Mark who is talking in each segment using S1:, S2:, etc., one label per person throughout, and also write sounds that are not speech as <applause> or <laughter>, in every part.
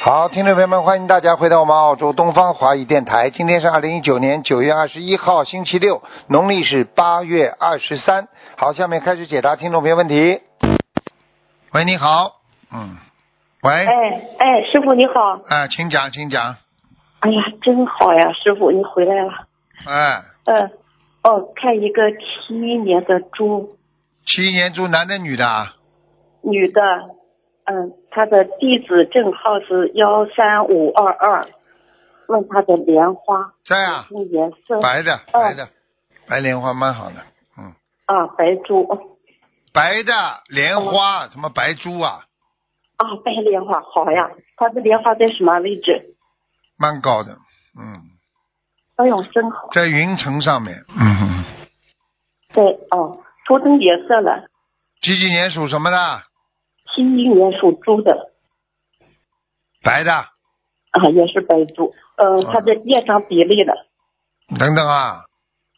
S1: 好，听众朋友们，欢迎大家回到我们澳洲东方华语电台。今天是二零一九年九月二十一号，星期六，农历是八月二十三。好，下面开始解答听众朋友问题。喂，你好，嗯，喂，
S2: 哎哎，师傅你好！
S1: 啊，请讲，请讲，
S2: 哎呀，真好呀，师傅你回来了。
S1: 哎，
S2: 嗯，哦，看一个七一年的猪
S1: 七一年猪男的女的啊？
S2: 女的，嗯，她的地址证号是幺三五二二，问她的莲花
S1: 在啊，
S2: 什么颜色？
S1: 白的，
S2: 嗯
S1: 白的，白莲花蛮好的，嗯，
S2: 啊，白猪哦
S1: 白的莲
S2: 嗯
S1: 花，什么白猪啊，
S2: 啊，白莲花好呀。她的莲花在什么位置？
S1: 蛮高的，嗯，
S2: 哎呦，真好。
S1: 在云层上面，嗯哼哼。
S2: 对哦，图腾颜色了，
S1: 几几年属什么的？
S2: 七一年属猪的。
S1: 白的。
S2: 啊，也是白猪，
S1: 啊
S2: 嗯，她的业障比例了，
S1: 等等啊，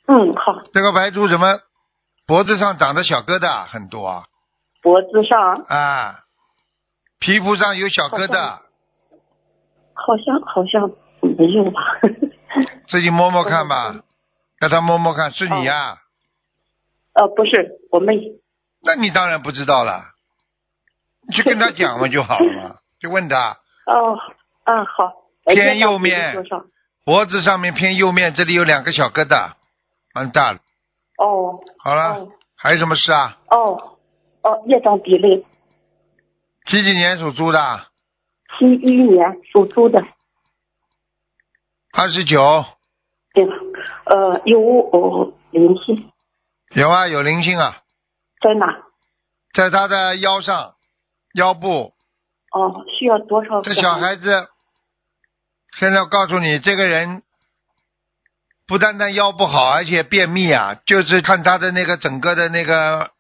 S2: 嗯，好，
S1: 这个白猪怎么脖子上长的小疙瘩很多啊？
S2: 脖子上
S1: 啊，皮肤上有小疙瘩
S2: 好，好像好像没有吧？ <laughs>
S1: 自己摸摸看吧，让他摸摸看，是你啊呀、
S2: 哦呃，不是，我妹。
S1: 那你当然不知道了，你去跟他讲嘛就好了
S2: <laughs>
S1: 嘛，就问他
S2: 哦，啊，好。
S1: 偏右面
S2: 多少？
S1: 脖子上面偏右面这里有两个小疙瘩，蛮大的。
S2: 哦
S1: 好了，
S2: 哦
S1: 还有什么事啊？
S2: 哦哦，业障比例，
S1: 几几年属猪的？
S2: 七一年属猪的，
S1: 二十九，
S2: 对吧？呃，有哦灵性
S1: 有啊，有灵性啊。
S2: 在哪？
S1: 在他的腰上、腰部。
S2: 哦，需要多少？
S1: 这小。孩子，现在我告诉你，这个人不单单腰不好，而且便秘啊，就是看他的那个整个的那个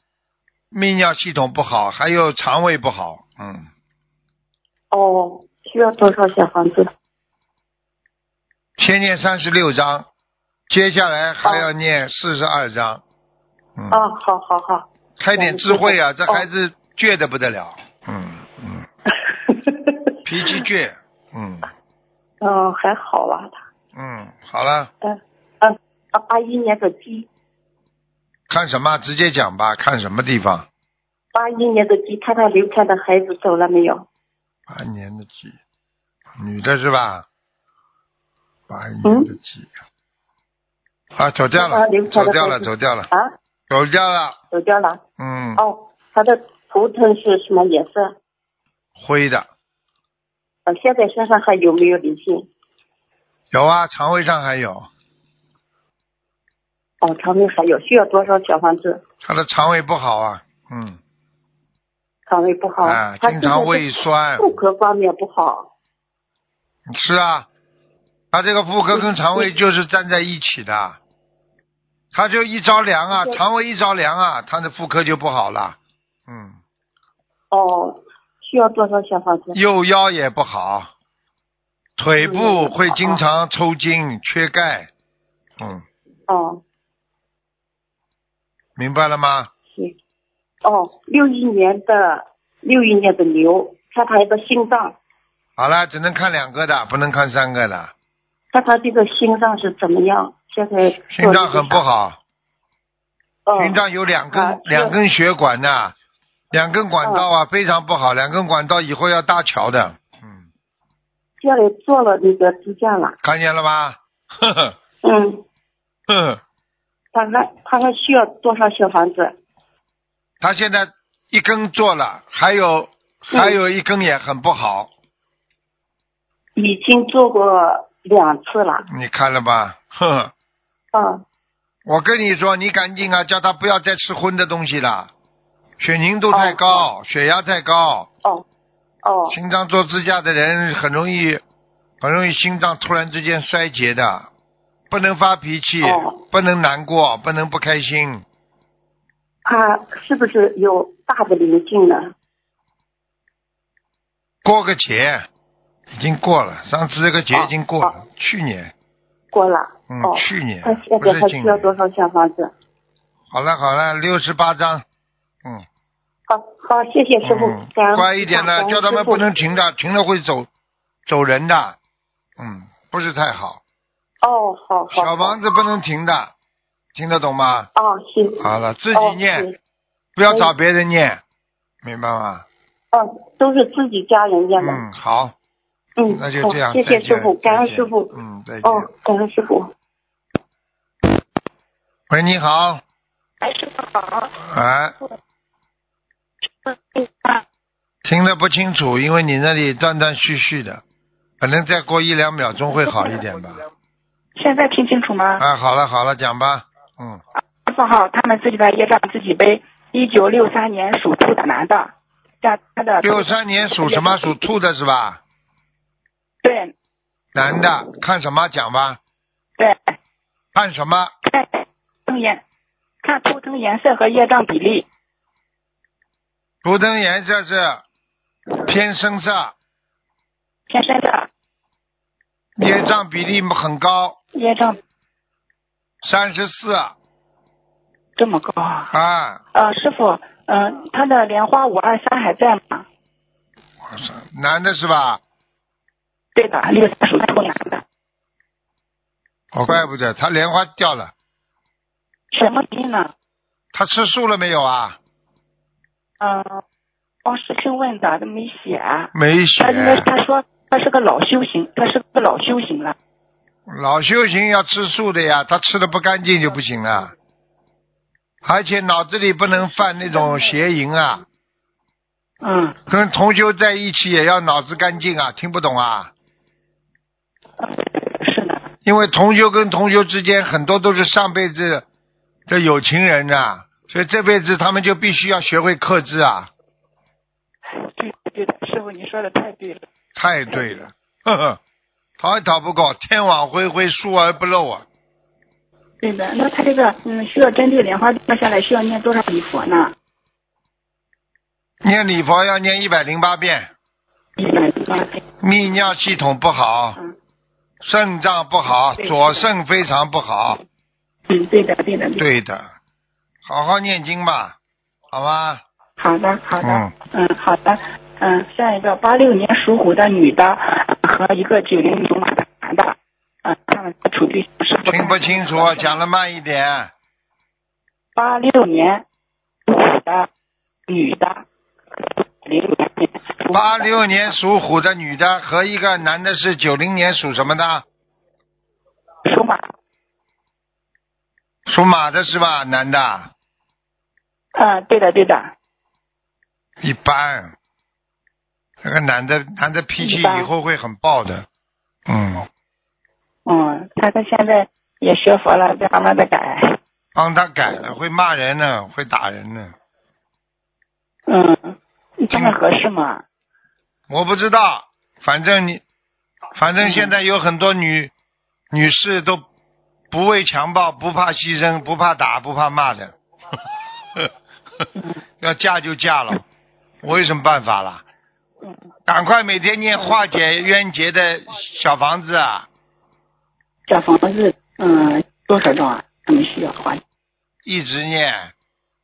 S1: 泌尿系统不好，还有肠胃不好。嗯，
S2: 哦，需要多少小房子？
S1: 先念三十六章，接下来还要念四十二章。嗯，
S2: 啊，好好好。
S1: 开点智慧啊，这
S2: 哦
S1: 孩子倔的不得了。嗯嗯，脾
S2: <laughs>
S1: 气倔。嗯
S2: 嗯，还好吧，
S1: 嗯，好了。
S2: 嗯嗯，啊，八一年的鸡，
S1: 看什么？直接讲吧，看什么地方？
S2: 八一年的鸡，看看流产的孩子走了没有？
S1: 八一年的鸡，女的是吧？八一年的鸡、
S2: 嗯
S1: 啊，走掉了
S2: 那流，
S1: 走
S2: 产的
S1: 掉了，
S2: 孩子
S1: 走掉了，
S2: 啊，
S1: 走掉了。
S2: 走掉了。
S1: 嗯，
S2: 哦，它的图腾是什么颜色？
S1: 灰的
S2: 呃，现在身上还有没有灵性？
S1: 有啊，肠胃上还有，
S2: 哦，肠胃还有，需要多少小房子？
S1: 她的肠胃不好啊。嗯，
S2: 肠胃不好，
S1: 啊，
S2: 哦他
S1: 经常胃酸。
S2: 妇科方面不好。
S1: 是啊，他这个妇科跟肠胃就是站在一起的，他就一着凉啊，
S2: 对
S1: 肠胃一着凉啊，他的妇科就不好了。嗯，
S2: 哦，需要多少小房子？
S1: 右腰也不好，腿部会经常抽筋、缺钙。嗯，
S2: 哦，
S1: 明白了吗？
S2: 行。哦，六一年的六一年的牛，看他一个心脏，
S1: 好了，只能看两个的，不能看三个的。
S2: 看他这个心脏是怎么样？现在
S1: 心脏很不。好，
S2: 哦、哦
S1: 心脏有两
S2: 啊
S1: 根
S2: 是
S1: 两根血管呐、两根管道啊，非常不好，两根管道以后要搭桥的。嗯，
S2: 家里做了那个支架了，
S1: 看见了吧？呵呵。
S2: 嗯。
S1: 嗯，
S2: 他还他还需要多少小房子？
S1: 他现在一根做了，还有还
S2: 嗯
S1: 有一根也很不好，
S2: 已经做过两次了，
S1: 你看了吧？哼，嗯
S2: 啊，
S1: 我跟你说，你赶紧啊，叫他不要再吃荤的东西了，血凝度太高，血压太高，
S2: 哦，哦，
S1: 心脏做支架的人很容易很容易心脏突然之间衰竭的，不能发脾气，
S2: 哦
S1: 不能难过，不能不开心，
S2: 他是不是有大的灵性呢？
S1: 过个节已经过了，上次这个节已经过
S2: 哦
S1: 了，去年，
S2: 过了，
S1: 嗯，
S2: 哦，
S1: 去年
S2: 他现
S1: 不
S2: 在
S1: 是
S2: 还
S1: 今
S2: 需
S1: 年
S2: 要。多少小房子？
S1: 好了好了，六十八章，嗯，
S2: 好好，谢谢师傅
S1: 嗯，
S2: 感恩
S1: 乖一点
S2: 感
S1: 了，
S2: 恩
S1: 叫他
S2: 师
S1: 们
S2: 父
S1: 不能停的，停了会走走人的，嗯，不是太好。
S2: 哦，好好。
S1: 小房子不能停的，听得懂吗？
S2: 啊，行。
S1: 好了，自己
S2: 哦
S1: 念
S2: 行，
S1: 不要找别人念，明白吗？
S2: 哦，都是自己家人家的。
S1: 嗯，好，
S2: 嗯，
S1: 那就
S2: 好
S1: 这样，
S2: 谢
S1: 再
S2: 谢师
S1: 见
S2: 傅，感
S1: 再
S2: 恩
S1: 见
S2: 师傅。
S1: 嗯，再见。
S2: 哦，感恩师傅。
S1: 喂，你好，
S2: 哎，师傅好。
S1: 哎，听得不清楚，因为你那里断断续续的，可能再过一两秒钟会好一点吧。
S3: 现在听清楚吗？
S1: 哎，好了好了，讲吧，嗯，
S3: 师傅好，他们自己的业障自己背。一九六三年属兔的男的，像他的
S1: 六三年属什么？属兔的是吧？
S3: 对
S1: 男的，看什么讲吧？
S3: 对，
S1: 看什么？
S3: 看灯颜，看图腾颜色和业障比例。
S1: 图腾颜色是偏深色，
S3: 偏深的
S1: 业障比例很高，
S3: 业障
S1: 三十四
S3: 这么高啊？
S1: 啊！
S3: 呃，师傅，嗯、他的莲花五二三还在吗？
S1: 我操，男的是吧？
S3: 对的，六三属兔男的，
S1: 哦，怪不得他莲花掉了，
S3: 什么病呢？
S1: 他吃素了没有啊？
S3: 嗯、帮师兄问的，他没写。
S1: 没
S3: 他因为
S1: 写，
S3: 他说他是个老修行，他是个老修行了。
S1: 老修行要吃素的呀，他吃的不干净就不行啊。而且脑子里不能犯那种邪淫啊，
S3: 嗯，
S1: 跟同修在一起也要脑子干净啊，听不懂啊？
S3: 是的，
S1: 因为同修跟同修之间很多都是上辈子的有情人呐、所以这辈子他们就必须要学会克制啊！
S3: 对的对的，师傅你说的太对了。
S1: 太对了， <laughs> 呵呵，逃也逃不过，天网恢恢，疏而不漏啊！
S3: 对的，那他这个嗯，需要针对莲花掉下来需要念多少礼佛呢？
S1: 念礼佛要念一百零八遍，
S3: 一百八十。
S1: 泌尿系统不好，
S3: 嗯
S1: 肾脏不好，
S3: 对
S1: 左肾非常不好，
S3: 嗯，对的对的。对的
S1: 对的，好好念经吧，好吗？
S3: 好的好的
S1: 嗯，
S3: 嗯好的，嗯下一个八六年属虎的女的和一个九零牛马的男的，嗯他们的处对象是
S1: 听不清楚，啊讲的慢一点。
S3: 八六年属虎的女的，零年属虎的
S1: <laughs> 八六年属虎的女的和一个男的是九零年属什么的？
S3: 属马，
S1: 属马的是吧？男的，
S3: 嗯对的对的，
S1: 一般。这个男的，男的脾气
S3: 一般
S1: 以后会很暴的。嗯，
S3: 嗯他他现在也学佛了，在慢慢的改。
S1: 帮他改了，会骂人呢，会打人呢。
S3: 嗯，这样合适吗？
S1: 我不知道，反正你，反正现在有很多女、女士都不畏强暴，不怕牺牲，不怕打，不怕骂的。 <laughs> 要嫁就嫁了，我有什么办法啦？
S3: 嗯，
S1: 赶快每天念化解冤结的小房子啊，
S3: 小房子，嗯，多少张啊？他们需要还？
S1: 一直念。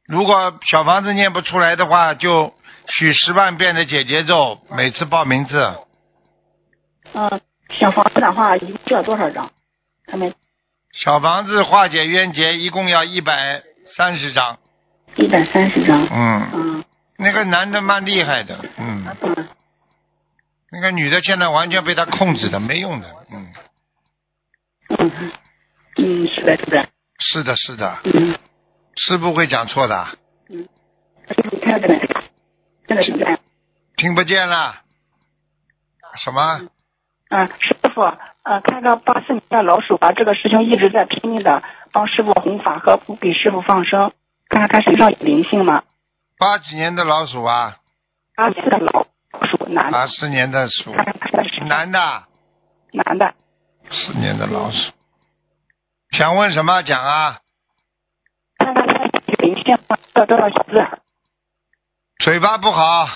S1: 如果小房子念不出来的话，就许十万遍的解结咒，每次报名字。
S3: 嗯，小房子的话，一共需要多少张？他们
S1: 小房子化解冤结一共要一百三十张。
S3: 一百三十张。
S1: 嗯，
S3: 嗯
S1: 那个男的蛮厉害的，嗯，
S3: 嗯，
S1: 那个女的现在完全被他控制的，没用的。嗯，
S3: 嗯嗯，是的，是的，
S1: 是的，是的，
S3: 嗯
S1: 师傅会讲错的，
S3: 嗯，师傅看着呢，真的是这样。
S1: 听不见了。什么？
S3: 嗯，师傅，呃，看到八四年的老鼠吧，这个师兄一直在拼命的帮师傅弘法和给师傅放生，看看他身上有灵性吗？
S1: 八几年的老鼠啊？
S3: 八四的老鼠男的，
S1: 八四年的鼠，
S3: 看看他的身
S1: 啊
S3: 上
S1: 男的，
S3: 男的，
S1: 四年的老鼠。想问什么讲啊？
S3: 看看他有灵性吗？要多少小字？
S1: 嘴巴不好，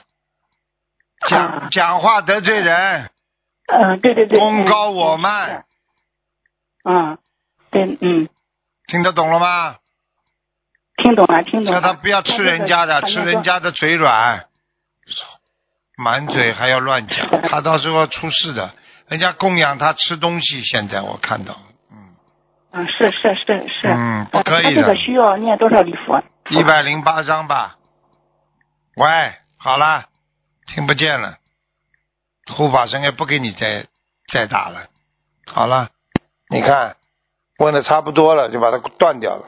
S1: 讲
S3: 啊
S1: 讲话得罪人，
S3: 嗯，对对对。
S1: 功高
S3: 嗯
S1: 我慢。
S3: 是的嗯，对，嗯，
S1: 听得懂了吗？
S3: 听懂了，听懂
S1: 叫他
S3: 了。
S1: 不要吃人家的，
S3: 他这
S1: 吃
S3: 个
S1: 人。家的嘴软。满嘴还要乱讲，他到时候要出事的。人家供养他吃东西，现在我看到，
S3: 嗯，是是是是。
S1: 嗯不可以的
S3: 呃他这个需要念多少礼佛？
S1: 一百零八章吧。喂，好啦，听不见了，护法神也不给你再再打了。好了，你看，问的差不多了，就把它断掉了。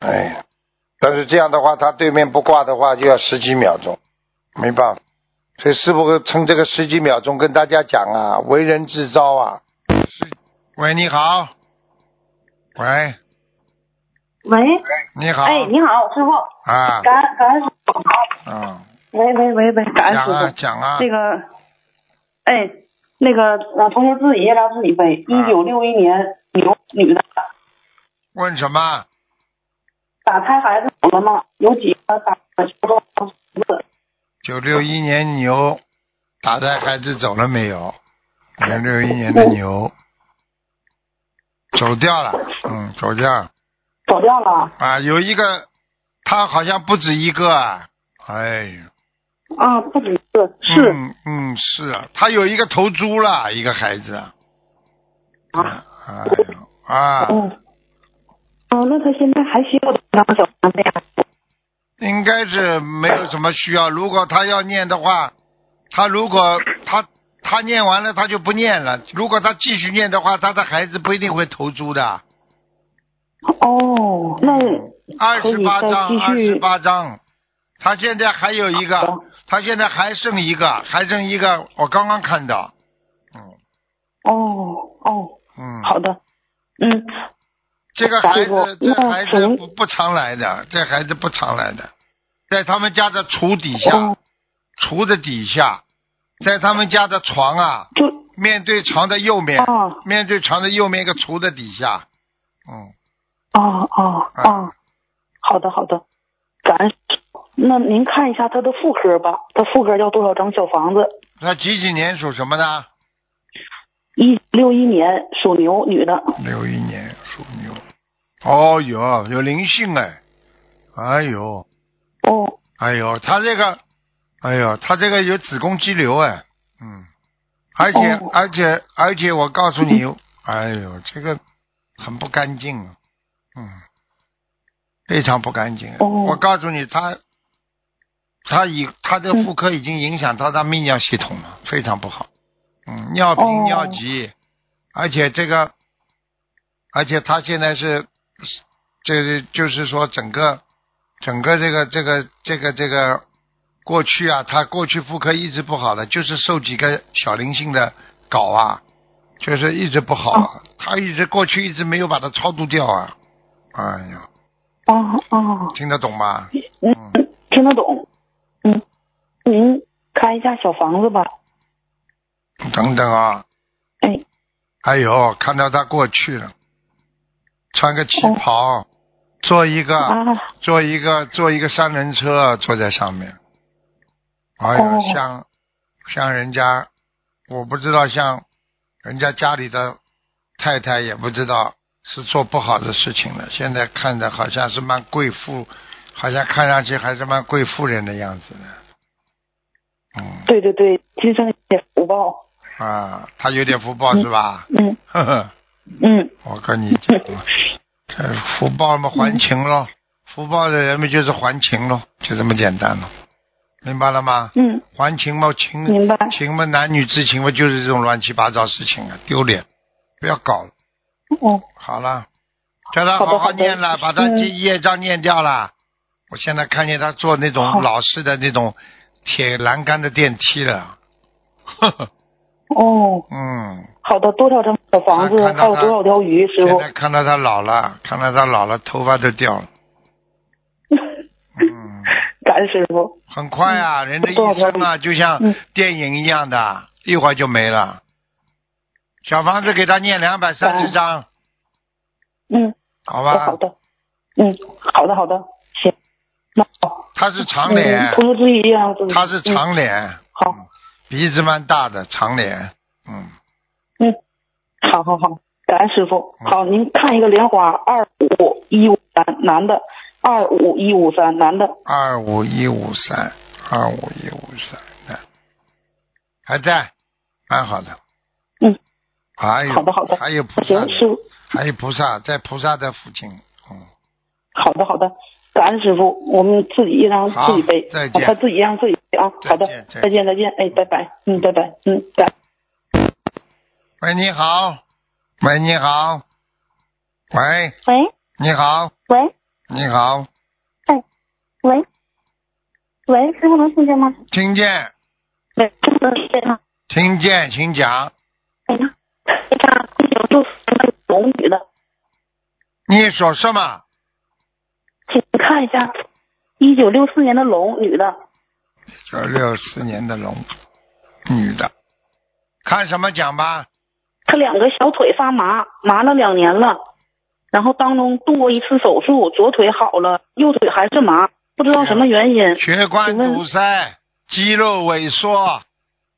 S1: 哎呀，但是这样的话，他对面不挂的话，就要十几秒钟，没办法。所以师傅趁这个十几秒钟跟大家讲啊，为人至招啊。喂，你好。喂，
S2: 喂，
S1: 你好。
S2: 哎，你好，师傅，
S1: 啊，
S2: 感恩感恩师傅，
S1: 嗯，
S2: 喂喂喂喂，感恩
S1: 讲
S2: 师傅
S1: 啊。讲啊，
S2: 那个，哎，那个老同学自己让自己背。一九六一年牛女的，
S1: 啊问什么？
S2: 打胎孩子有了吗？有几个打的球都子？
S1: 九六一年牛打胎孩子走了没有？九六一年的牛走掉了，嗯，走掉了
S2: 走掉了。
S1: 啊，有一个，他好像不止一个啊，哎呦，
S2: 啊，不止一个，是、
S1: 嗯嗯是啊，他有一个头猪了，一个孩子啊，
S2: 啊，
S1: 哎呦啊，
S2: 嗯。哦，那他现在还需要多少小房子呀？
S1: 应该是没有什么需要。如果他要念的话，他如果他他念完了，他就不念了。如果他继续念的话，他的孩子不一定会投猪的。
S2: 哦，那
S1: 二
S2: 可
S1: 十
S2: 以
S1: 八
S2: 再
S1: 章，
S2: 继
S1: 二十
S2: 续。
S1: 八章，他现在还有一个
S2: 好，
S1: 他现在还剩一个，还剩一个，我刚刚看到。嗯
S2: 哦哦，
S1: 嗯，
S2: 好的，嗯，
S1: 这个孩
S2: 师傅
S1: 子，这
S2: 那
S1: 孩子
S2: 请
S1: 不不常来的，这孩子不常来的，在他们家的厨底下
S2: 哦，
S1: 厨的底下，在他们家的床啊，
S2: 就
S1: 面对床的右面，
S2: 哦
S1: 面对床的右面一个橱的底下，嗯，
S2: 哦哦
S1: 啊
S2: 哦，好的好的，感恩。那您看一下他的妇科吧，他妇科要多少张小房子？
S1: 他几几年属什么的？
S2: 一六一年属牛，女的。
S1: 六一年属牛。哦哟，有灵性哎，哎呦，
S2: 哦
S1: 哎呦，他这个，哎呦，他这个有子宫肌瘤哎，嗯，而且、
S2: 哦
S1: 而且而且我告诉你，哎呦，这个很不干净啊，嗯，非常不干净。啊
S2: 哦
S1: 我告诉你，他他已他这个妇科已经影响到他泌尿系统了，非常不好，嗯，尿频
S2: 哦
S1: 尿急，而且这个，而且他现在是，这就是说整个整个这个这个这个这个过去啊，他过去妇科一直不好的，就是受几个小灵性的搞啊，就是一直不好啊，他一直过去一直没有把它超度掉啊，哎呀，
S2: 哦哦，
S1: 听得懂吗？
S2: 嗯，听得懂。嗯，您看一下小房子吧。
S1: 等等啊，
S2: 哎，
S1: 哎呦，看到他过去了，穿个旗袍，做一个、
S2: 哦啊，
S1: 坐一个坐一个三轮车坐在上面，哎呦，
S2: 哦
S1: 像像人家，我不知道像人家家里的太太也不知道是做不好的事情了。现在看着好像是蛮贵妇，好像看上去还是蛮贵妇人的样子的。嗯
S2: 对对对，今生也福报。
S1: 啊，他有点福报是吧？ <laughs>
S2: 嗯
S1: 呵呵，
S2: 嗯，
S1: 我跟你讲了，这福报嘛还情咯，福报的人们就是还情咯，就这么简单了，明白了吗？
S2: 嗯，
S1: 还情嘛，情
S2: 明白。
S1: 情嘛，男女之情嘛，就是这种乱七八糟事情啊，丢脸，不要搞了。
S2: 哦
S1: 好了，叫他
S2: 好的
S1: 好
S2: 好的
S1: 念了，把他这
S2: 嗯
S1: 业障念掉了。我现在看见他坐那种
S2: 好
S1: 老式的那种铁栏杆的电梯了， <laughs> 呵呵，
S2: 哦，
S1: 嗯。
S2: 好的，多少张小房子？
S1: 看看
S2: 还
S1: 到
S2: 有
S1: 他
S2: 多少条鱼，师
S1: 现
S2: 傅
S1: 在？看到他老了，看到他老了，头发都掉了。嗯，
S2: 感恩师傅。
S1: 很快啊，人的一
S2: 多少条
S1: 生啊，就像
S2: 嗯
S1: 电影一样的，一会儿就没了。小房子给他念两百三十章，
S2: 嗯，
S1: 好
S2: 哦
S1: 吧
S2: 好？的。嗯，好的好的，行。那好，
S1: 他是长
S2: 嗯
S1: 脸，，
S2: 同学注意啊，自己
S1: 他是
S2: 嗯
S1: 长脸，
S2: 好，
S1: 鼻子蛮大的，长脸。嗯，
S2: 嗯，好好好，感恩师傅。
S1: 嗯
S2: 好，您看一个莲花二五一五三男的，二五一五三男的，
S1: 二五一五三二五一五三三，还在，蛮好的。
S3: 嗯。
S1: 还有，
S3: 好的好的
S1: 还有菩萨
S3: 行，
S1: 的，
S3: 师傅，
S1: 还有菩萨在菩萨的附近。嗯，
S3: 好的好的，感恩师傅，我们自己让
S1: 好
S3: 自己背，
S1: 再见
S3: 啊他自己让自己背啊。好
S1: 再
S3: 的
S1: 见，
S3: 再见再见，哎，拜拜，嗯，拜拜，嗯，感
S1: 喂，你好，喂，你好，喂，
S2: 喂
S1: 你好，
S2: 喂
S1: 你好，
S2: 喂喂，师傅能听见吗？
S1: 听见，
S2: 喂，师傅能听见吗？
S1: 听见，请讲。
S2: 哎呀，哎呀，不行，就是那个龙女的，
S1: 你说什么？
S2: 请看一下，一九六四年的龙女的，
S1: 这六四年的龙，女的，看什么讲吧？
S2: 她两个小腿发麻，麻了两年了，然后当中动过一次手术，左腿好了，右腿还是麻，不知道什么原因。
S1: 血管堵塞，肌肉萎缩，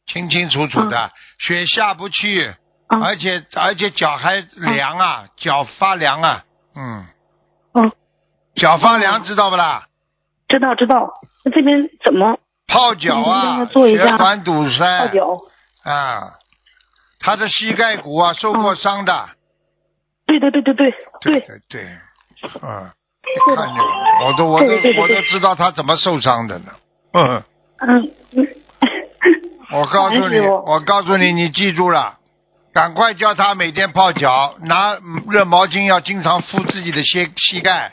S1: 清清楚楚
S2: 啊
S1: 的，血下不去，
S2: 嗯
S1: 而且而且脚还凉啊，脚发凉啊，嗯，
S2: 嗯，
S1: 脚发凉知道不啦？
S2: 知道知道，那这边怎么
S1: 泡脚
S2: 嗯
S1: 啊，
S2: 让他做一下
S1: 血管堵
S2: 泡
S1: 塞
S2: 脚？
S1: 啊，他的膝盖骨啊受过伤的，
S2: 对对对对对
S1: 对
S2: 对，
S1: 对对，嗯，
S2: 是的
S1: 看见了，我都我都
S2: 对对对对
S1: 我都知道他怎么受伤的呢，嗯。
S2: 嗯嗯，
S1: 我告诉
S2: 烦
S1: 你，
S2: 死我
S1: 我告诉你，你记住了，赶快叫他每天泡脚，拿热毛巾要经常敷自己的膝膝盖，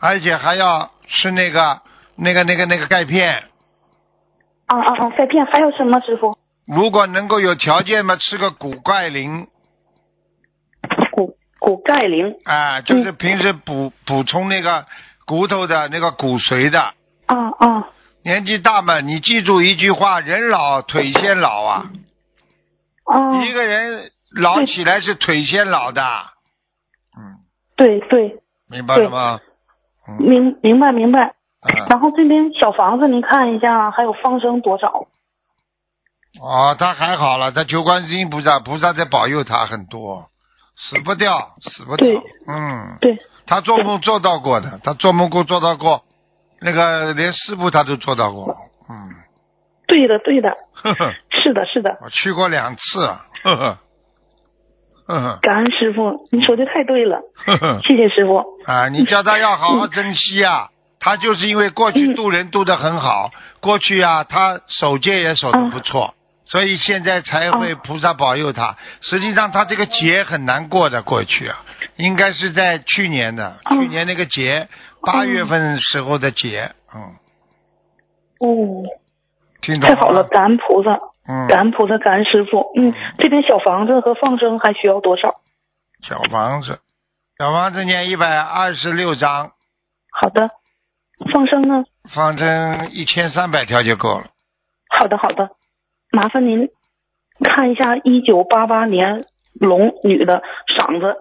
S1: 而且还要吃那个那个那个那个钙片。
S2: 啊啊啊，钙片还有什么师傅？
S1: 如果能够有条件嘛，吃个骨钙灵
S2: 骨骨钙灵
S1: 啊，
S2: 嗯
S1: 就是平时补补充那个骨头的那个骨髓的。
S2: 啊啊
S1: 年纪大嘛，你记住一句话：人老腿先老啊。
S2: 啊！
S1: 一个人老起来是腿先老的，嗯，
S2: 对对，
S1: 明白了吗？嗯。
S2: 明明白明白。
S1: 啊，
S2: 然后这边小房子您看一下，还有放生多少？
S1: 哦，他还好了，他求观世音菩萨，菩萨在保佑他很多，死不掉，死不掉
S2: 对。
S1: 嗯，
S2: 对，
S1: 他做梦做到过的，他做梦过做到过，那个连师傅他都做到
S2: <laughs>
S1: 过。嗯，
S2: 对的对的，
S1: 呵呵，
S2: 是的是的。
S1: 我去过两
S2: <laughs>
S1: 次， <laughs> 呵呵，呵呵，
S2: 感恩师傅，你说的太对了，
S1: 呵呵。
S2: 谢谢师傅。
S1: 啊，你叫他要好好珍惜啊。他就是因为过
S2: 嗯
S1: 去渡人渡得很好，过去啊，他守戒也守
S2: 哦
S1: 得不错，所以现在才会菩萨保佑他。实际上，他这个劫很难过的，过去啊，应该是在去年的，
S2: 哦
S1: 去年那个劫，八月份时候的劫，嗯，
S2: 哦，
S1: 听懂
S2: 太
S1: 了
S2: 好了，
S1: 吗？
S2: 感恩菩萨，感
S1: 嗯，
S2: 恩菩萨，感恩师傅。嗯，这边小房子和放生还需要多少？
S1: 小房子，小房子念一百二十六章，
S2: 好的，放生呢？
S1: 放成一千三百条就够了。
S2: 好的好的，麻烦您看一下一九八八年龙女的嗓子。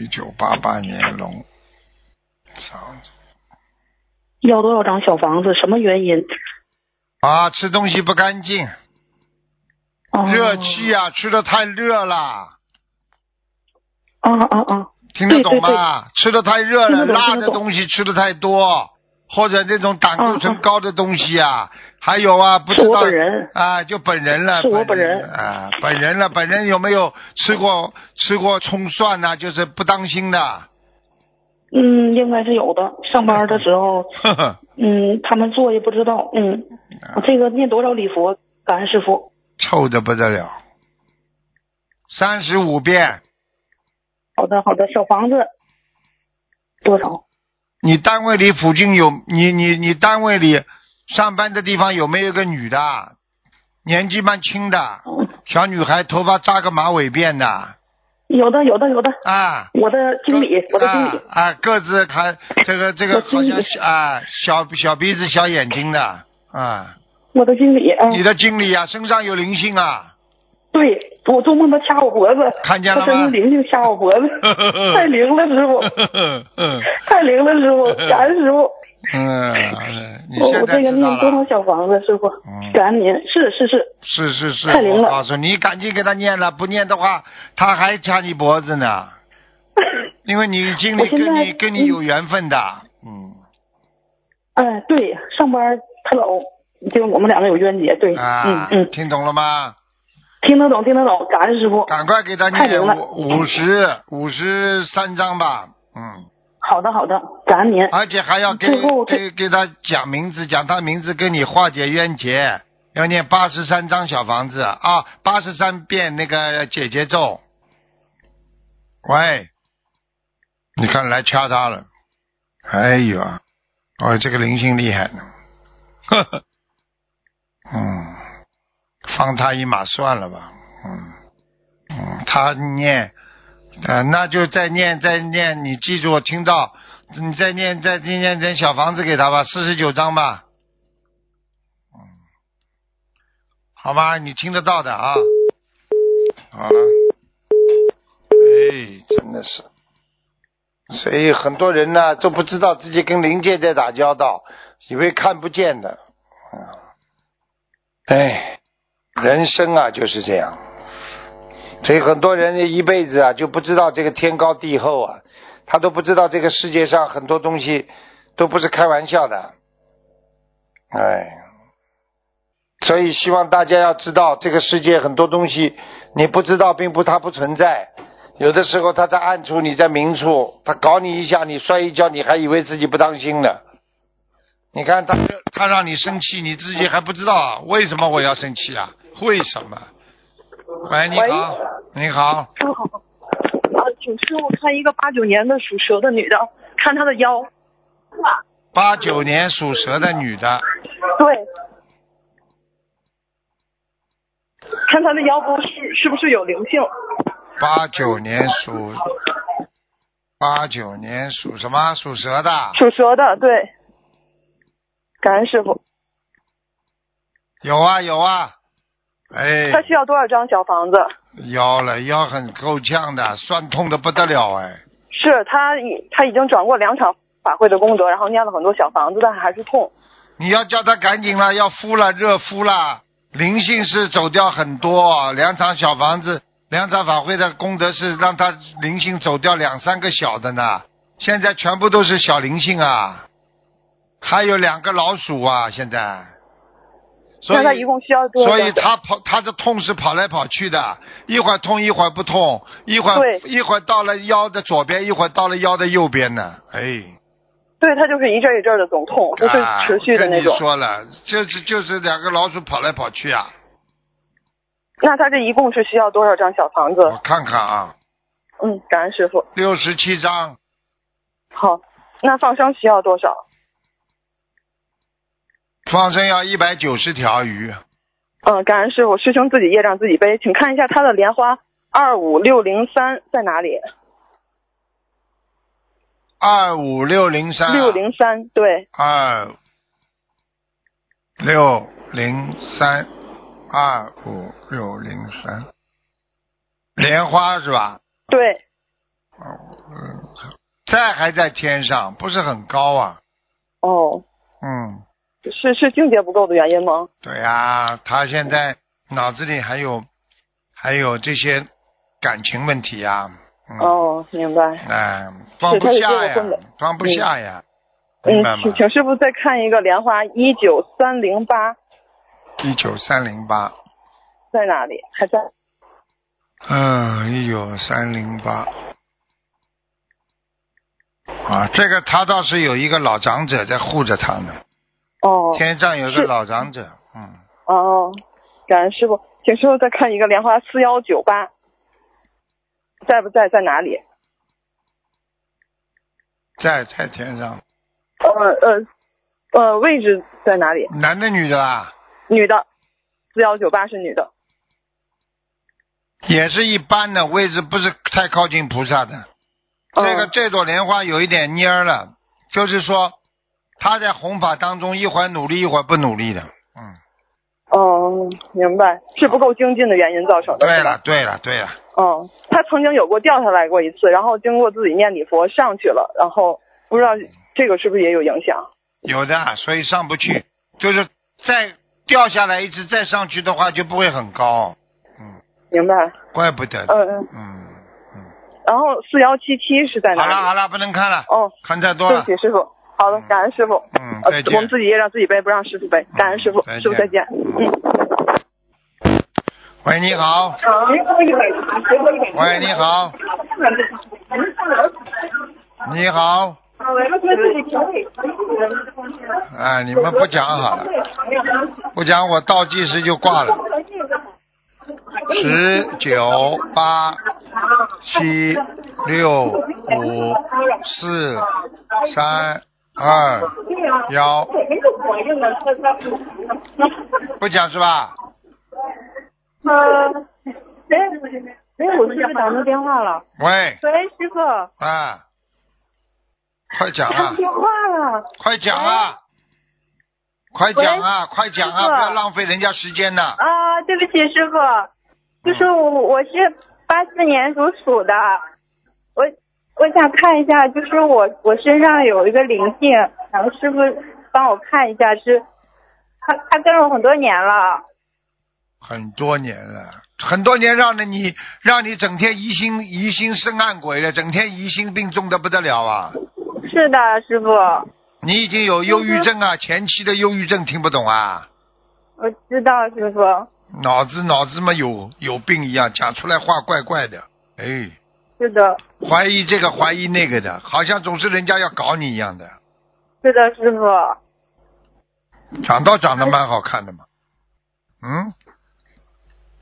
S1: 一九八八年龙，嗓子
S2: 要多少张小房子？什么原因？
S1: 啊，吃东西不干净，
S2: 哦、
S1: 热气啊，吃的太热了，
S2: 啊啊啊！
S1: 听得懂吗？吃的太热了，
S2: 听得懂
S1: 辣
S2: 听
S1: 的
S2: 得懂
S1: 东西吃的太多，或者那种胆固
S2: 嗯
S1: 醇
S2: 嗯
S1: 高的东西啊，还有啊，不
S2: 是
S1: 知
S2: 我
S1: 道
S2: 本人。
S1: 啊，就本人了，
S2: 是我
S1: 人啊，本人了，本人有没有吃过吃过葱蒜呐、就是不当心的， <laughs>
S2: 嗯，应该是有的。上班的时候，
S1: 呵呵，
S2: 嗯，他们做也不知道。嗯，
S1: 啊
S2: 我这个念多少礼佛？感恩师傅。
S1: 臭的不得了，三十五遍。
S2: 好的，好的。小房子多少？
S1: 你单位里附近有你你你单位里上班的地方有没有一个女的，年纪蛮轻的
S2: 嗯
S1: 小女孩，头发扎个马尾辫的
S2: 有的，有的，有的。
S1: 啊？
S2: 我的经理，我的经理。
S1: 啊啊，个子还这个这个
S2: 我
S1: 好
S2: 经理
S1: 像是啊，小小鼻子小眼睛的啊。
S2: 我的经理，嗯，
S1: 你的经理啊，身上有灵性啊，
S2: 对我做梦他掐我脖子，
S1: 看见了
S2: 他
S1: 吗
S2: 身上灵性掐我脖
S1: <laughs>
S2: 子，太灵了，师傅，
S1: 嗯
S2: <laughs> 太灵了，师
S1: <laughs>
S2: 傅，感恩师傅。
S1: 嗯，你
S2: 我
S1: 现
S2: 我
S1: 在
S2: 这个
S1: 知道
S2: 念多少
S1: 了，
S2: 小房子，师傅
S1: 嗯，
S2: 感恩您，是是是，
S1: 是是是，
S2: 太灵
S1: 我
S2: 了
S1: 告诉你，你赶紧给他念了，不念的话，他还掐你脖子
S2: <laughs>
S1: 呢。因为你经
S2: 我
S1: 理
S2: 现
S1: 跟
S2: 在
S1: 你跟你有缘分的，嗯，
S2: 哎，对，上班
S3: 他老就我们两个有冤结，对，
S1: 啊，
S3: 嗯嗯，
S1: 听懂了吗？
S3: 听得懂听得懂，感恩师傅。
S1: 赶快给他
S3: 太
S1: 念
S3: 灵了
S1: 五五十五十三章吧，嗯，
S3: 好的好的，感恩您。
S1: 而且还要给
S3: 最后这
S1: 给给他讲名字，讲他名字跟你化解冤结，要念八十三张小房子啊，八十三遍那个解结咒。喂，你看来掐他了，哎呦，哦，这个灵性厉害呢，呵呵，嗯，放他一马算了吧，嗯嗯，他念，呃，那就再念再念，你记住，听到。你再念再念念点小房子给他吧，四十九张吧。嗯，好吧，你听得到的啊。好了，哎，真的是，所以很多人呢都不知道自己跟灵界在打交道，以为看不见的。嗯，哎，人生啊就是这样，所以很多人一辈子啊就不知道这个天高地厚啊。他都不知道这个世界上很多东西都不是开玩笑的，哎，所以希望大家要知道，这个世界很多东西你不知道，并不它不存在。有的时候他在暗处，你在明处，他搞你一下，你摔一跤，你还以为自己不当心呢。你看他他让你生气，你自己还不知道啊为什么我要生气啊？为什么？喂，你好，你好，
S4: 正好啊，请师傅看一个八九年的属蛇的女的，看她的腰。
S1: 八九年属蛇的女的。
S4: 对。看她的腰部是是不是有灵性？
S1: 八九年属八九年属什么？属蛇的。
S4: 属蛇的，对。感恩师傅，
S1: 有啊有啊，哎，
S4: 她需要多少张小房子？
S1: 腰了腰很够呛的，酸痛的不得了哎。
S4: 是她已她已经转过两场法会的功德，然后念了很多小房子，但还是痛。
S1: 你要叫他赶紧了，要敷了热敷了，灵性是走掉很多，两场小房子，两场法会的功德是让他灵性走掉两三个小的呢，现在全部都是小灵性啊，还有两个老鼠啊，现在。所
S4: 那她
S1: 以
S4: 一共需要多少
S1: 所
S4: 张？
S1: 以他跑，他的痛是跑来跑去的，一会儿痛，一会儿不痛，一会儿
S4: 对
S1: 一会儿到了腰的左边，一会儿到了腰的右边呢。哎，
S4: 对她就是一阵一阵的总痛，就是
S1: 啊
S4: 持续的那
S1: 我跟
S4: 种
S1: 你。说了，就是就是两个老鼠跑来跑去啊。
S4: 那她这一共是需要多少张小房子？
S1: 我看看啊，
S4: 嗯，感恩师傅。
S1: 六十七章，
S4: 好，那放生需要多少？
S1: 放生要一百九十条鱼，
S4: 嗯，感恩师傅，师兄自己业障自己背，请看一下他的莲花二五六零三在哪里？
S1: 二五六零三，
S4: 六零三，对，
S1: 二六零三，二五六零三，莲花是吧？
S4: 对，
S1: 嗯，在还在天上，不是很高啊。
S4: 哦，
S1: 嗯，
S4: 是是境界不够的原因吗？
S1: 对呀、他现在脑子里还有还有这些感情问题呀、嗯，
S4: 哦，明白。
S1: 哎，放不
S4: 他
S1: 下
S4: 有这个
S1: 呀
S4: 根本，
S1: 放不下呀，明
S4: 嗯
S1: 白，吗
S4: 请？请师傅再看一个莲花一九三零八
S1: 一九三零八，
S4: 在哪里？还在？
S1: 嗯，一九三零八。啊，这个他倒是有一个老长者在护着他呢，
S4: 哦
S1: 天上有一个
S4: 是
S1: 老长者，嗯，
S4: 哦，感恩师傅，请师傅再看一个莲花四幺九八，在不在？在哪里？
S1: 在在天上，
S4: 呃呃呃，位置在哪里？
S1: 男的女的啊啦？
S4: 女的，四幺九八是女的。
S1: 也是一般的位置，不是太靠近菩萨的。这个
S4: 嗯
S1: 这朵莲花有一点蔫儿了，就是说他在弘法当中一会儿努力一会儿不努力的。嗯，
S4: 哦，明白，是不够精进的原因造成的。
S1: 对
S4: 是
S1: 了
S4: 吧？
S1: 对了对了，
S4: 嗯，他曾经有过掉下来过一次，然后经过自己念礼佛上去了，然后不知道这个是不是也有影响？
S1: 有的，啊所以上不去，就是再掉下来一次再上去的话就不会很高，
S4: 明白。
S1: 怪不得的。
S4: 嗯嗯。
S1: 嗯，
S4: 然后四幺七七是在
S1: 好了
S4: 哪里？
S1: 好了，不能看了，
S4: 哦，
S1: 看太多
S4: 对不
S1: 了。
S4: 起，师傅。
S5: 好的，感恩师傅。
S1: 嗯
S5: 呃
S1: 再见嗯
S5: 我们自己也让自己背，不让师傅背。感恩师傅
S1: 再见，
S5: 师傅再见。嗯。
S1: 喂，你好。喂，你好。你好。哎，你们不讲好了，不讲我倒计时就挂了。十九八七六五四三二幺，不讲是吧？
S4: 呃哎，我是不是打错电话了？
S1: 喂，
S4: 喂，师傅，
S1: 啊，快讲
S4: 打
S1: 啊
S4: 错！电话了。
S1: 快讲啊！快讲啊！快讲啊！
S4: 师
S1: 不
S4: 傅
S1: 要浪费人家时间呐、
S4: 啊，对不起，师傅，就是我我是八四年属鼠的，我我想看一下，就是我我身上有一个灵性，然后师傅帮我看一下是，他他跟了我很多年了。
S1: 很多年了，很多年让了你，让你整天疑心疑心生暗鬼了，整天疑心病重的不得了啊！
S4: 是的，师傅，
S1: 你已经有忧郁症
S4: 嗯
S1: 啊，前期的忧郁症听不懂啊，
S4: 我知道，师傅。
S1: 脑子脑子嘛有有病一样，讲出来话怪怪的，哎，
S4: 是的，
S1: 怀疑这个怀疑那个的，好像总是人家要搞你一样的。
S4: 是的，师傅。
S1: 长倒长得蛮好看的嘛，嗯，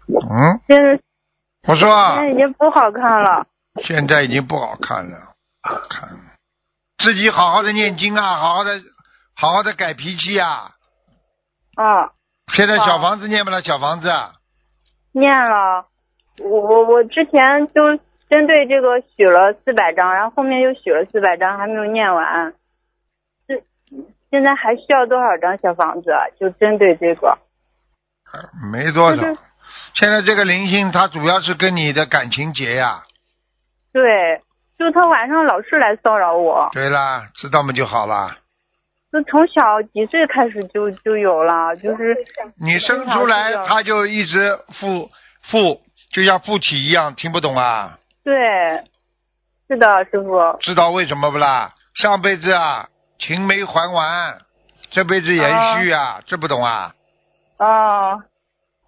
S1: 嗯，
S4: 现在
S1: 我说啊
S4: 现，在已经不好看了。
S1: 现在已经不好看了，不好看了，自己好好的念经啊，好好的，好好的改脾气啊。
S4: 啊，
S1: 现在小房子念不了，小房子啊，
S4: 念了，我我我之前就针对这个许了四百张，然后后面又许了四百张，还没有念完。这现在还需要多少张小房子啊？就针对这个
S1: 呃没多少
S4: 就是。
S1: 现在这个灵性，它主要是跟你的感情结呀、
S4: 对，就他晚上老是来骚扰我，
S1: 对啦，知道吗就好啦。
S4: 就从小几岁开始就就有了，就是
S1: 你生出来
S4: 知道，
S1: 它就一直附附，就像附体一样，听不懂啊？
S4: 对，是的，师傅，
S1: 知道为什么不啦？上辈子啊，情没还完，这辈子延续啊，这不懂啊？
S4: 哦，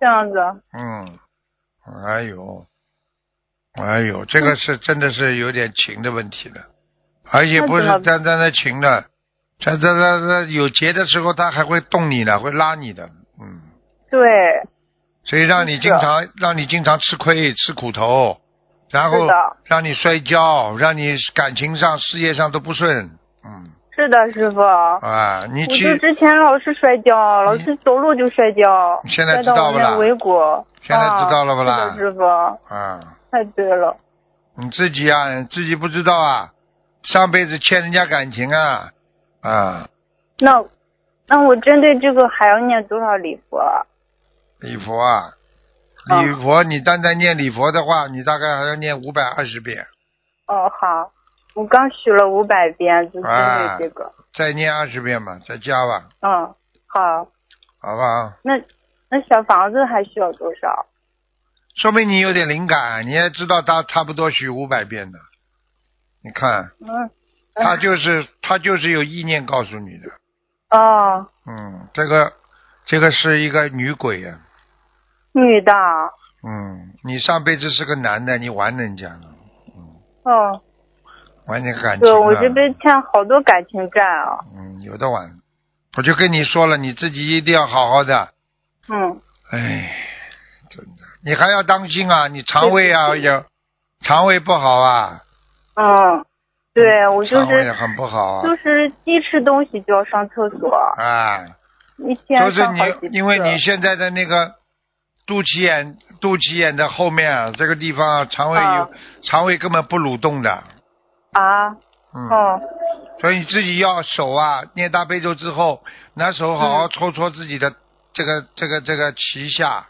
S4: 这样子，
S1: 嗯，哎呦，哎呦，这个是真的是有点情的问题了，而且不是
S4: 那怎么
S1: 单单的情了，他他他他有劫的时候，他还会动你的，会拉你的，嗯，
S4: 对，
S1: 所以让你
S4: 是啊
S1: 经常让你经常吃亏吃苦头，然
S4: 是
S1: 后
S4: 的
S1: 让你摔跤，让你感情上事业上都不顺，嗯
S4: 是的，师傅。
S1: 啊，你
S4: 我就
S1: 去
S4: 之前老是摔跤，老
S1: 你
S4: 是走路就摔跤，
S1: 现在
S4: 摔
S1: 知道
S4: 到
S1: 不
S4: 我
S1: 啦
S4: 肋尾骨。
S1: 现在知道了不啦
S4: 啊、是的师傅，
S1: 啊，
S4: 太对了，
S1: 你自己啊，你自己不知道啊，上辈子欠人家感情啊啊。
S4: 那那我针对这个还要念多少礼佛啊？
S1: 礼佛啊，
S4: 啊
S1: 礼佛，你单单念礼佛的话，你大概还要念五百二十遍，
S4: 哦，好，我刚许了五百遍，就针
S1: 啊
S4: 对这个。
S1: 再念二十遍吧，再加吧，
S4: 嗯，好，
S1: 好不好？
S4: 那那小房子还需要多少？
S1: 说明你有点灵感，你也知道他差不多许五百遍的。你看，
S4: 嗯，
S1: 他就是他就是有意念告诉你的，
S4: 哦，
S1: 嗯，这个这个是一个女鬼呀、
S4: 女的，啊
S1: 嗯，你上辈子是个男的，你玩人家了，
S4: 哦，
S1: 玩你感情
S4: 对
S1: 了，
S4: 我这边欠好多感情债啊。
S1: 嗯，有的玩，我就跟你说了，你自己一定要好好的，
S4: 嗯，
S1: 哎，真的，你还要当心啊！你肠胃啊，有肠胃不好啊，
S4: 嗯，对我就
S1: 肠胃
S4: 是
S1: 很不好啊
S4: 就是一吃东西就要上厕所，
S1: 啊！
S4: 一
S1: 就
S4: 天
S1: 是
S4: 上好几次。
S1: 你，因为你现在的那个肚脐眼、肚脐眼的后面啊，这个地方啊肠胃有、
S4: 啊
S1: 肠胃根本不蠕动的，
S4: 啊，
S1: 嗯，
S4: 哦，
S1: 所以你自己要手啊，念大悲咒之后，拿手好好搓搓自己的这个、这个这个脐下，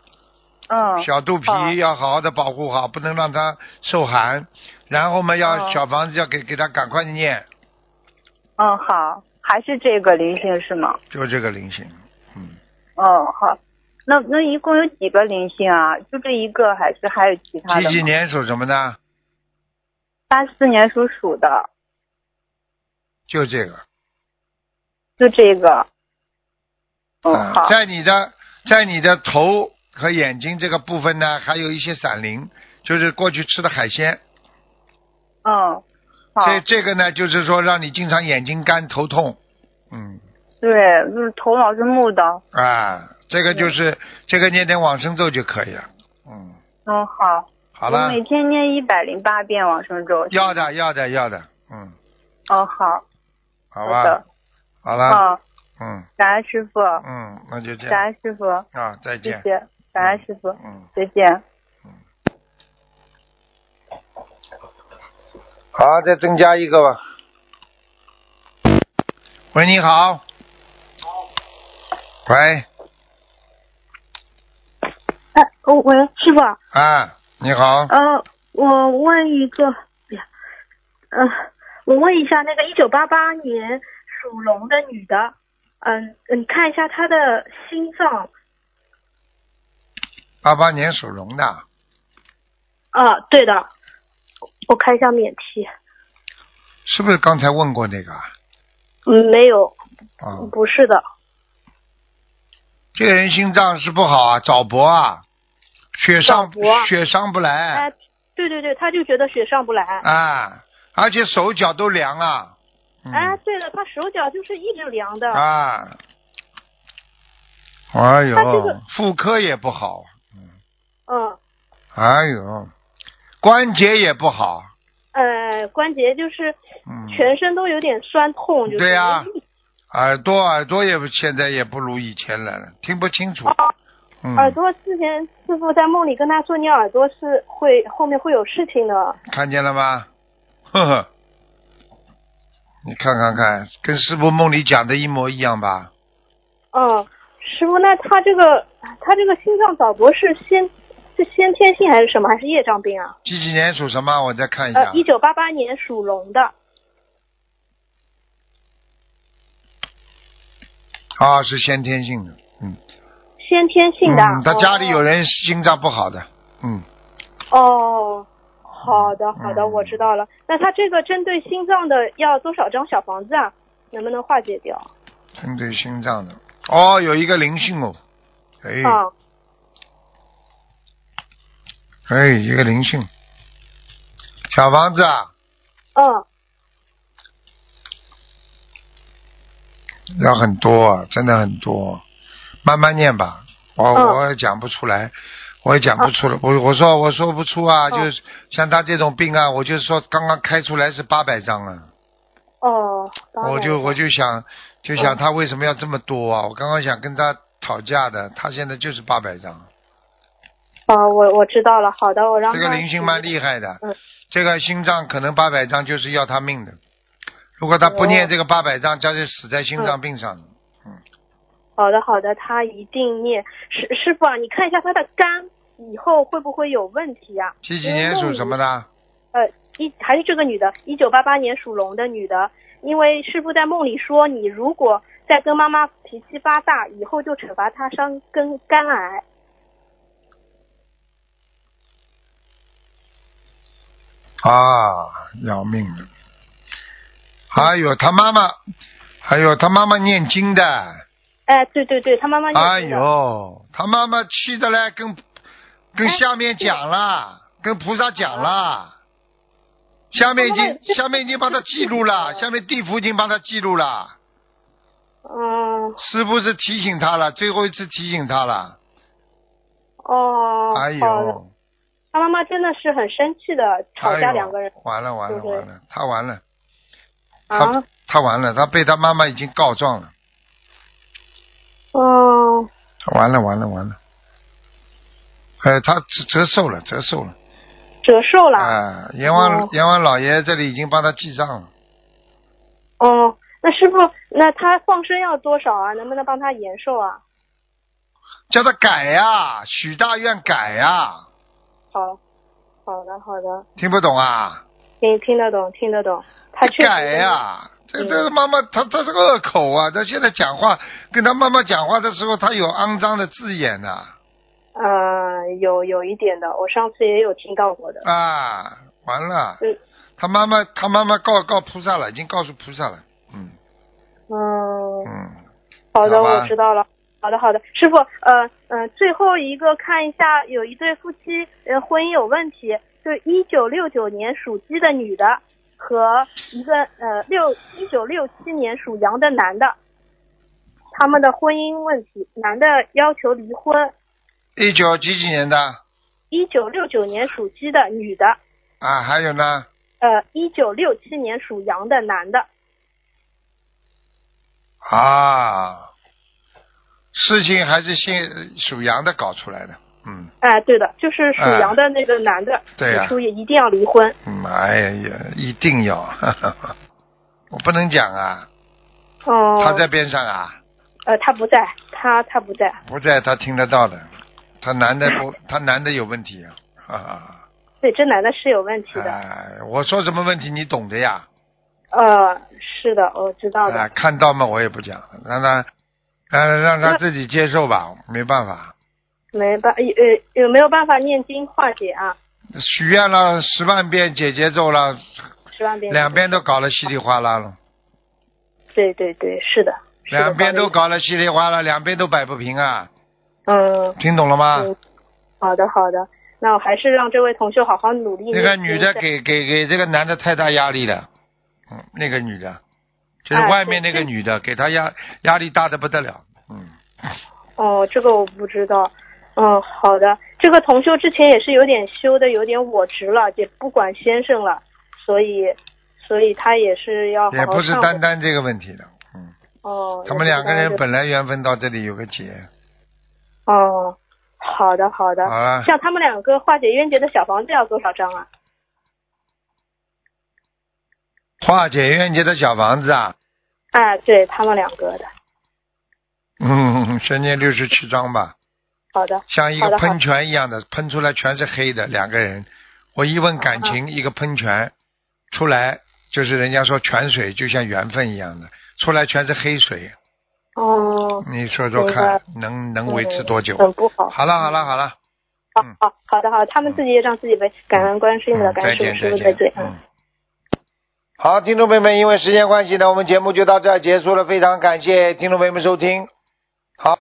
S4: 嗯，
S1: 小肚皮
S4: 好
S1: 要好好的保护好，不能让它受寒。然后嘛，要
S4: 哦
S1: 小房子要给给它赶快念，
S4: 嗯，好，还是这个灵性是吗？
S1: 就这个灵性。嗯，
S4: 哦，好，那那一共有几个灵性啊？就这一个，还是还有其他的
S1: 几几？年属什么呢？
S4: 八四年属鼠的，
S1: 就这个，
S4: 就这个。嗯，好
S1: 啊，，在你的在你的头和眼睛这个部分呢，还有一些闪灵，就是过去吃的海鲜。
S4: 嗯，好，
S1: 这这个呢，就是说让你经常眼睛干、头痛。嗯
S4: 对，就是头脑是木的。
S1: 啊，这个就是这个念点往生咒就可以了。嗯，
S4: 嗯，好，
S1: 好
S4: 我
S1: 了，
S4: 每天念一百零八遍往生咒。
S1: 要的要的要的，嗯，
S4: 哦，好，
S1: 好
S4: 好
S1: 吧
S4: 的，，
S1: 好了，
S4: 好，
S1: 嗯
S4: 感恩师傅，
S1: 嗯，那就这样
S4: 感恩师傅，
S1: 啊，再
S4: 谢
S1: 见，
S4: 谢，感恩师傅，
S1: 嗯。
S4: 再见。
S1: 好，再增加一个吧。喂，你好。喂，
S6: 哎，哦，喂，师傅，
S1: 啊，你好，
S6: 呃，我问一个，哎呀，呃，我问一下那个一九八八年属龙的女的，嗯、你看一下她的心脏
S1: 八八年属龙的，
S6: 啊，对的，我看一下免提，
S1: 是不是刚才问过那个啊？
S6: 嗯，没有，
S1: 啊，
S6: 不是的，
S1: 这个人心脏是不好啊，早搏啊，血上
S6: 早搏啊
S1: 血上不来
S6: 哎，对对对，她就觉得血上不来，
S1: 啊，而且手脚都凉了。嗯、
S6: 哎，对了，她手脚就是一直凉的，
S1: 啊，哎呦，
S6: 他这个
S1: 妇科也不好，
S6: 嗯，
S1: 哎呦，关节也不好，
S6: 呃，关节就是
S1: 嗯，
S6: 全身都有点酸痛，就是
S1: 对啊呀耳朵耳朵也不现在也不如以前了，听不清楚，
S6: 哦
S1: 嗯，
S6: 耳朵之前师傅在梦里跟他说，你耳朵是会后面会有事情的。
S1: 看见了吗？呵呵，你看看看，跟师傅梦里讲的一模一样吧？
S6: 嗯，师傅，那他这个他这个心脏早搏是先是先天性还是什么？还是业障病啊？
S1: 几几年属什么？我再看一下
S6: 呃，，一九八八年属龙的。
S1: 啊，是先天性的，嗯，
S6: 先天性的啊
S1: 嗯，，他家里有人心脏不好的，嗯，
S6: 哦。哦，好的好的，
S1: 嗯
S6: 我知道了。那他这个针对心脏的要多少张小房子啊？能不能化解掉？
S1: 针对心脏的，哦，有一个灵性哦，哎，
S6: 啊，
S1: 哎，一个灵性，小房子啊，
S6: 嗯，
S1: 要很多啊，真的很多，慢慢念吧。我、
S6: 嗯
S1: 我也讲不出来，我也讲不出来。我我说我说不出啊，就是像他这种病啊，我就说刚刚开出来是八百张啊，
S6: 哦，当然
S1: 我就我就想就想他为什么要这么多啊？我刚刚想跟他讨价的，他现在就是八百张，
S6: 哦，我我知道了。好的，我让
S1: 这个
S6: 他
S1: 灵性
S6: 注
S1: 蛮
S6: 意
S1: 厉害的
S6: 嗯，
S1: 这个心脏可能八百张就是要他命的。如果他不念这个八百张，他就死在心脏病上了。
S6: 好的，好的，他一定念。师师傅啊，你看一下他的肝以后会不会有问题啊？
S1: 几几年属什么的？啊
S6: 呃，一还是这个女的，一九八八年属龙的女的，因为师傅在梦里说，你如果再跟妈妈脾气发大，以后就惩罚她伤跟肝癌。
S1: 啊，要命了！还有他妈妈，还有他妈妈念经的，
S6: 哎，对对对，他妈妈念
S1: 哎
S6: 经的
S1: 呦，他妈妈气的嘞，跟跟下面讲了，跟菩萨讲了，下面已
S6: 哎
S1: 经下面已经帮他记录了，
S6: 哦
S1: 下面地府已经帮他记录了，
S6: 嗯，
S1: 是不是提醒他了？最后一次提醒他了，
S6: 哦，
S1: 哎
S6: 好的
S1: 呦，
S6: 他妈妈真的是很生气的，吵
S1: 哎
S6: 架
S1: 呦
S6: 两个人、
S1: 完了完了
S6: 对不对
S1: 完了，他完了，
S6: 啊
S1: 他。他完了，他被他妈妈已经告状了，
S6: 哦，
S1: 完了完了完了，呃，他折折寿了，折寿了。
S6: 折寿了。
S1: 啊，阎王
S6: 哦
S1: 阎王老爷这里已经帮他记账了，
S6: 哦，那师傅，那他放生要多少啊？能不能帮他延寿啊？
S1: 叫他改呀、许大愿改呀、
S6: 好，好的，好的，
S1: 听不懂啊？
S6: 听听得懂，听得懂。他确实
S1: 改呀、这
S6: 嗯
S1: 这妈妈他他是个恶口啊！他现在讲话跟他妈妈讲话的时候，他有肮脏的字眼呐
S6: 嗯、呃有有一点的，我上次也有听到过的。
S1: 啊完了
S6: 嗯，
S1: 他妈妈他妈妈告告菩萨了，已经告诉菩萨了，嗯，
S6: 嗯，
S1: 嗯，
S6: 好的，
S1: 好吧
S6: 我哦知道了。好的，好的，师傅，呃，呃，最后一个看一下，有一对夫妻，呃，婚姻有问题，就是一九六九年属鸡的女的和一个呃六一九六七年属羊的男的，他们的婚姻问题，男的要求离婚，
S1: 一九几几年的
S6: 一九六九年属鸡的女的，
S1: 啊？还有呢？
S6: 呃，一九六七年属羊的男的，
S1: 啊，事情还是姓属羊的搞出来的。嗯
S6: 哎、对的，就是属
S1: 哎
S6: 羊的那个男的，
S1: 对呀
S6: 提出也一定要离婚，
S1: 嗯，哎呀，一定要， <laughs> 我不能讲啊，
S6: 哦、
S1: 他在边上啊，
S6: 呃，他不在，他他不在。
S1: 不在他听得到的，他男的不，他男的有问题啊。啊，
S6: 对，这男的是有问题的。
S1: 哎，我说什么问题你懂的呀？
S6: 呃，是的，我知道的。
S1: 啊，看到嘛，我也不讲，让他，让让他自己接受吧，没办法。
S6: 没办有呃有没有办法念经化解啊？
S1: 许愿了十万遍解节奏了，
S6: 十万遍。
S1: 两边都搞得稀里哗啦了，
S6: 对对对，是的。是的
S1: 两边都
S6: 好的
S1: 搞得稀里哗啦，两边都摆不平啊！
S6: 嗯，
S1: 听懂了吗？
S6: 嗯好的好的，那我还是让这位同学好好努力。
S1: 那个女的
S6: 念经
S1: 给给给这个男的太大压力了，嗯，那个女的，就是
S6: 哎
S1: 外面那
S6: 对
S1: 个女的，给他压压力大的不得了，嗯，
S6: 哦，这个我不知道。嗯，好的。这个同修之前也是有点修的，有点我执了，也不管先生了，所以，所以他也是要好
S1: 也
S6: 好
S1: 不是
S6: 忏悔
S1: 单单这个问题的，嗯，
S6: 哦，
S1: 他们两个
S6: 也
S1: 人
S6: 不是单单这
S1: 本来缘分到这里有个结，
S6: 哦，好的好的。
S1: 好了，
S6: 像他们两个化解冤结的小房子要多少张啊？
S1: 化解冤结的小房子啊，
S6: 啊，对他们两个的。
S1: 嗯，先念六十七章吧。
S6: 好的，
S1: 像一
S6: 好
S1: 个
S6: 的好嗯
S1: 喷泉一样的，喷出来全是黑的。两个人，我一问感
S6: 啊
S1: 情，一个喷泉出来就是人家说泉水就像缘分一样的，出来全是黑水。
S6: 哦，
S1: 你说说
S6: 明白
S1: 看，能能维持多久？
S6: 很不好。
S1: 好了好了好了，
S6: 好
S1: 嗯
S6: 好好的好的，他们自己也让自己背。感恩观世音的，
S1: 嗯
S6: 感
S1: 再
S6: 恩师
S1: 见
S6: 傅，师
S1: 再
S6: 傅再见
S1: 见。。嗯。好，听众朋友们，因为时间关系呢，我们节目就到这儿结束了。非常感谢听众朋友们收听。好。